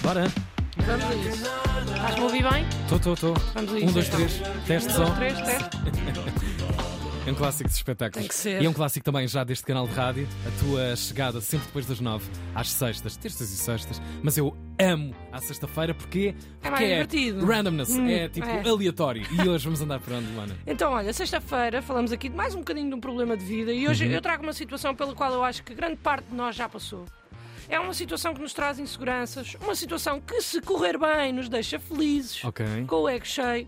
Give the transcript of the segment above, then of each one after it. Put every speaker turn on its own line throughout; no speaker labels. Bora,
Vamos a isso. Estás-me a ouvir bem?
estou, estou, estou.
Vamos a isso.
Um, dois,
então.
três, teste
Um,
só.
dois, três, teste.
É um clássico dos espetáculos.
Tem que ser.
E é um clássico também já deste canal de rádio. A tua chegada sempre depois das nove, às sextas, terças e sextas. Mas eu amo à sexta-feira porque,
É
porque
mais divertido.
randomness, é tipo
é.
aleatório. E hoje vamos andar por onde, Luana?
Então, olha, sexta-feira falamos aqui de mais um bocadinho de um problema de vida e hoje eu trago uma situação pela qual eu acho que grande parte de nós já passou. É uma situação que nos traz inseguranças, uma situação que, se correr bem, nos deixa felizes,
Ok.
com o ego cheio,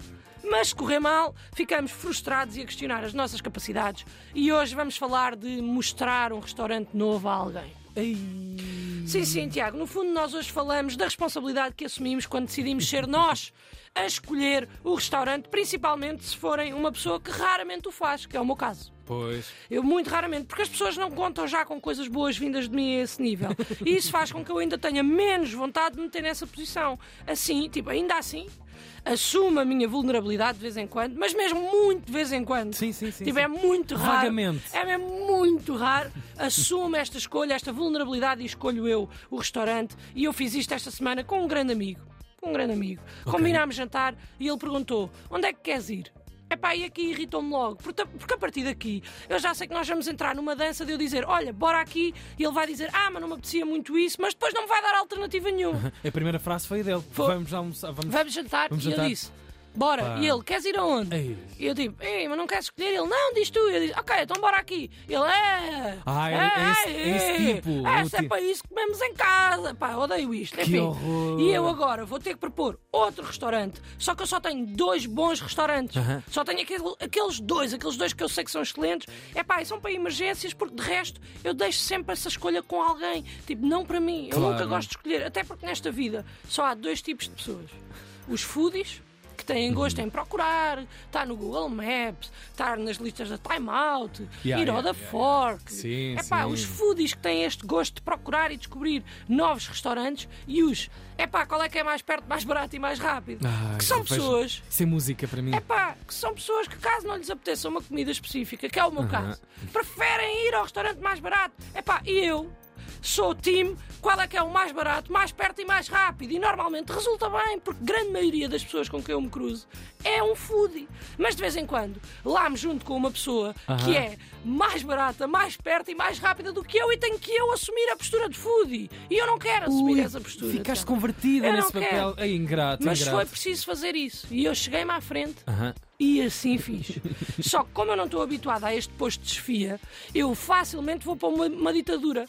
mas se correr mal, ficamos frustrados e a questionar as nossas capacidades. E hoje vamos falar de mostrar um restaurante novo a alguém. Sim, sim, Tiago. No fundo, nós hoje falamos da responsabilidade que assumimos quando decidimos ser nós a escolher o restaurante, principalmente se forem uma pessoa que raramente o faz, que é o meu caso.
Pois.
Eu muito raramente, porque as pessoas não contam já com coisas boas vindas de mim a esse nível. E isso faz com que eu ainda tenha menos vontade de me ter nessa posição. Assim, tipo, ainda assim, assumo a minha vulnerabilidade de vez em quando, mas mesmo muito de vez em quando.
Sim, sim, sim,
Tipo,
sim.
é muito raro.
Vagamente.
É mesmo muito raro. Assumo esta escolha, esta vulnerabilidade e escolho eu o restaurante. E eu fiz isto esta semana com um grande amigo. Com um grande amigo. Combinámos jantar e ele perguntou: onde é que queres ir? Epá, e aqui irritou-me logo, porque, porque a partir daqui eu já sei que nós vamos entrar numa dança de eu dizer, olha, bora aqui, e ele vai dizer, ah, mas não me apetecia muito isso, mas depois não me vai dar alternativa nenhuma.
A primeira frase foi a dele.
Foi.
Vamos almoçar. Vamos...
Vamos jantar,
Vamos
e
jantar.
ele disse, bora,
Pá.
e ele, queres ir aonde?
Ei.
E eu digo, ei, mas não queres escolher? Ele, não, diz tu. Eu digo, ok, então bora aqui. Ele, é.
Ah, é- é esse- é esse tipo, é o
Essa é
ti-
para isso que comemos em casa. Pá, odeio isto. Enfim.
horror.
E eu agora vou ter que propor outro restaurante. Só que eu só tenho dois bons restaurantes.
Aham.
Só tenho aquele- aqueles dois, aqueles dois que eu sei que são excelentes. É pá, e são para emergências, porque de resto eu deixo sempre essa escolha com alguém. Tipo, não para mim. Eu
Claro.
nunca gosto de escolher. Até porque nesta vida só há dois tipos de pessoas: os foodies. Que têm
Uhum.
gosto em procurar, está no Google Maps, estar nas listas da Time Out,
Yeah,
ir ao
yeah,
da
yeah, yeah.
Fork.
Sim,
Epá,
sim.
os foodies que têm este gosto de procurar e descobrir novos restaurantes e os, epá, qual é que é mais perto, mais barato e mais rápido?
Ai,
que são
Ah, vejo-
pessoas, É
Sem música para mim.
epá, que são pessoas que caso não lhes apeteça uma comida específica, que é o meu caso, preferem ir ao restaurante mais barato. Epá, e eu sou o time, qual é que é o mais barato, mais perto e mais rápido? E normalmente resulta bem, porque grande maioria das pessoas com quem eu me cruzo é um foodie. Mas de vez em quando, lá me junto com uma pessoa
Aham.
que é mais barata, mais perto e mais rápida do que eu e tenho que eu assumir a postura de foodie. E eu não quero assumir
Ui,
essa postura.
Ficaste
tá?
convertida
Eu não
nesse papel.
quero.
É ingrato,
Mas
ingrato.
foi preciso fazer isso. E eu cheguei-me à frente
Aham.
e assim fiz. Só que como eu não estou habituada a este posto de desfia, eu facilmente vou para uma, uma ditadura.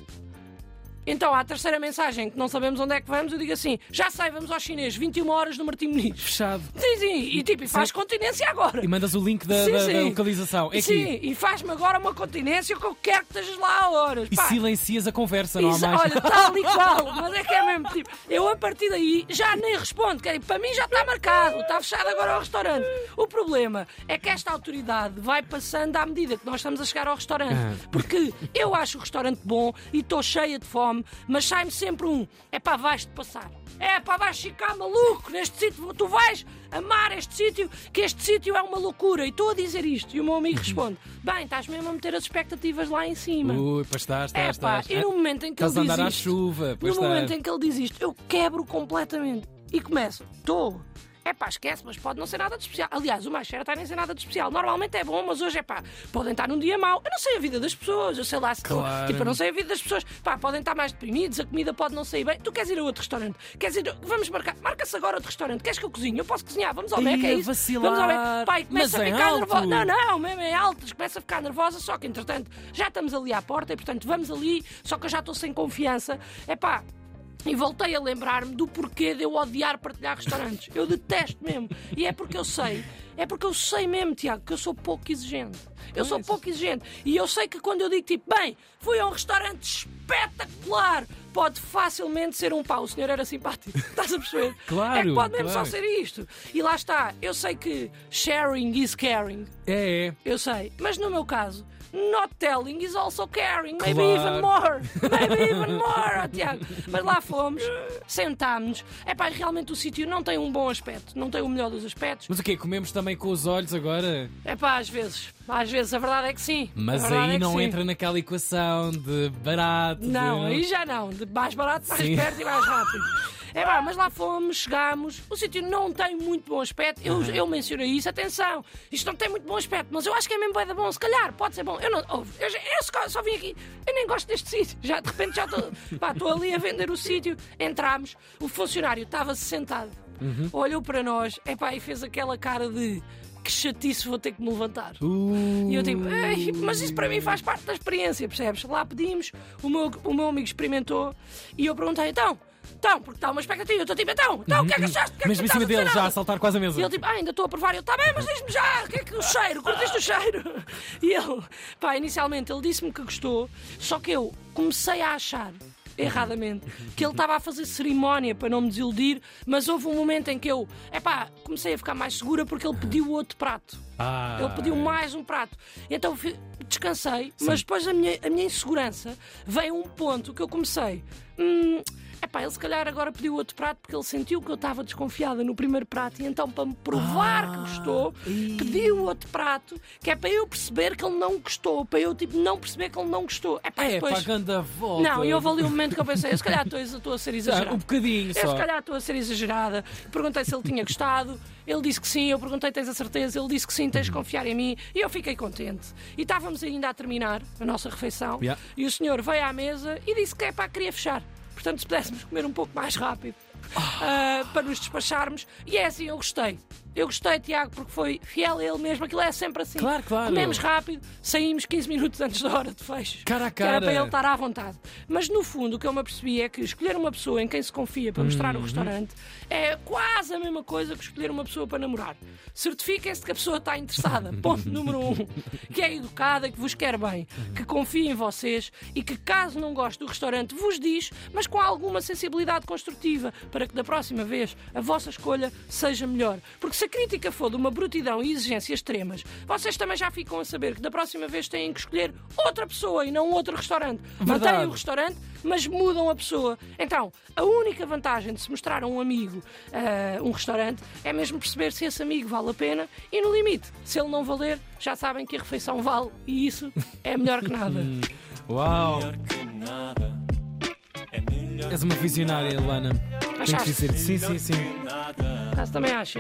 Então, à terceira mensagem, que não sabemos onde é que vamos, eu digo assim: já sei, vamos ao chinês, 21 horas no Martim Muniz.
Fechado.
Sim, sim, e tipo, e faz continência agora.
E mandas o link da,
Sim,
da- da
sim.
localização. É
sim,
aqui.
e faz-me agora uma continência que eu quero que estejas lá a horas.
E
pá.
silencias a conversa, não há
Isso,
mais.
Olha, tá. tal e qual, mas é que é mesmo tipo. Eu a partir daí já nem respondo, que é, para mim já está marcado, está fechado agora o restaurante. O problema é que esta autoridade vai passando à medida que nós estamos a chegar ao restaurante.
Ah.
Porque eu acho o restaurante bom e estou cheia de fome, mas sai-me sempre um: é pá, vais-te passar. É pá, vais ficar maluco neste sítio, tu vais amar este sítio, que este sítio é uma loucura. E estou a dizer isto, e o meu
Uhum.
amigo responde: bem, estás mesmo a meter as expectativas lá em cima.
Ui, pois tá, estás,
É
estás,
pá,
estás.
e no momento em que
Estás a
ele
andar à
diz isto,
chuva.
no
Pois
momento
estás.
em que ele diz isto, eu quebro completamente e começo, estou. É pá, esquece, mas pode não ser nada de especial. Aliás, o mais certo é nem ser nada de especial. Normalmente é bom, mas hoje é pá, podem estar num dia mau. Eu não sei a vida das pessoas, eu sei lá se
Claro.
tipo, eu não sei a vida das pessoas. Pá, podem estar mais deprimidos, a comida pode não sair bem. Tu queres ir a outro restaurante? Queres ir? a- Vamos marcar. Marca-se agora outro restaurante. Queres que eu cozinhe? Eu posso cozinhar, vamos ao
Ih,
Mac, é isso?
vacilar.
Vamos ao Mac. Pá, e começa
Mas
a
em
ficar
alto.
nervosa. Não, não, não, é mesmo em altas, começa a ficar nervosa, só que entretanto já estamos ali à porta e portanto vamos ali, só que eu já estou sem confiança. Epá, e voltei a lembrar-me do porquê de eu odiar partilhar restaurantes. Eu detesto mesmo. E é porque eu sei, é porque eu sei mesmo, Tiago, que eu sou pouco exigente. Eu
é
sou pouco exigente. E eu sei que quando eu digo tipo, bem, fui a um restaurante espetacular, pode facilmente ser um pau. O senhor era simpático. Estás a perceber?
Claro,
É que pode mesmo
claro.
só ser isto. E lá está. Eu sei que sharing is caring.
É, é.
Eu sei, mas no meu caso, not telling is also caring, maybe
Claro.
even more, maybe even more, oh, Tiago. Mas lá fomos, sentámos-nos. É pá, realmente o sítio não tem um bom aspecto, não tem o melhor dos aspectos.
Mas o quê? Comemos também com os olhos agora?
É pá, às vezes, às vezes a verdade é que sim.
Mas
A verdade
aí
é que
não
sim.
entra naquela equação de barato.
Não,
de...
aí já não, de mais barato, mais
é? Sim.
perto e mais rápido. É pá, mas lá fomos, chegámos. O sítio não tem muito bom aspecto. Eu, eu mencionei isso, atenção. Isto não tem muito bom aspecto, mas eu acho que é mesmo bué da bom. Se calhar, pode ser bom. Eu não. ouve, eu, já- eu só, só vim aqui. Eu nem gosto deste sítio. Já de repente já estou. pá, estou ali a vender o sítio. Entramos. O funcionário estava sentado. Olhou para nós. É pá, e fez aquela cara de. Que chatice, vou ter que me levantar.
Uh,
E eu tipo, "Ei, mas isso para mim faz parte da experiência, percebes? Lá pedimos, o meu, o meu amigo experimentou e eu perguntei, então, então, porque está uma expectativa, eu estou tipo, então, então, o que é que achaste? O que é que
Mesmo
tu
em cima
estás a dizer
Uhum. dele, já
nada?"
a saltar quase a mesa.
E ele tipo, ah, ainda estou a provar, eu, está bem, mas diz-me já, o que é que o cheiro, curtiste o cheiro? E ele, pá, inicialmente ele disse-me que gostou, só que eu comecei a achar. Erradamente, que ele estava a fazer cerimónia para não me desiludir, mas houve um momento em que eu, epá, comecei a ficar mais segura porque ele pediu outro prato.
Ah,
Ele pediu mais um prato. Então fi- descansei, mas depois a minha, a minha insegurança veio a um ponto que eu comecei. Hum, epá, ele se calhar agora pediu outro prato porque ele sentiu que eu estava desconfiada no primeiro prato e então para me provar
Ah,
que gostou, pediu outro prato que é para eu perceber que ele não gostou, para eu tipo não perceber que ele não gostou. Epá,
É,
depois...
pagando a volta.
Não, e houve ali um momento que eu pensei, eu se calhar estou estou a ser
Ah,
exagerado.
Um bocadinho
Eu
só.
se calhar estou a ser exagerada. Perguntei se ele tinha gostado. Ele disse que sim. Eu perguntei, tens a certeza? Ele disse que sim,
Uhum.
tens de confiar em mim. E eu fiquei contente. E estávamos ainda a terminar a nossa refeição.
Yeah.
E o senhor veio à mesa e disse que é pá, queria fechar. Portanto, se pudéssemos comer um pouco mais rápido. ah, para nos despacharmos e é assim, eu gostei eu gostei Tiago porque foi fiel a ele mesmo, aquilo é sempre assim
Claro, claro.
comemos rápido, saímos 15 minutos antes da hora de fecho
Cara a
que era
cara.
para ele estar à vontade. Mas no fundo, o que eu me apercebi é que escolher uma pessoa em quem se confia para mostrar o
Uhum.
restaurante é quase a mesma coisa que escolher uma pessoa para namorar. Certifiquem-se de que a pessoa está interessada, ponto número um, que é educada, que vos quer bem, que confia em vocês e que, caso não goste do restaurante, vos diz, mas com alguma sensibilidade construtiva, para que da próxima vez a vossa escolha seja melhor. Porque se a crítica for de uma brutidão e exigências extremas, vocês também já ficam a saber que da próxima vez têm que escolher outra pessoa e não outro restaurante.
Verdade.
Mantêm o restaurante, mas mudam a pessoa. Então, a única vantagem de se mostrar a um amigo ah, um restaurante é mesmo perceber se esse amigo vale a pena e, no limite, se ele não valer, já sabem que a refeição vale e isso é melhor que nada.
Uau!
melhor que nada. É melhor
És uma visionária, Lana. Tenho que
Achaste?
dizer. Sim, sim, sim.
que nada.
Caso também acha.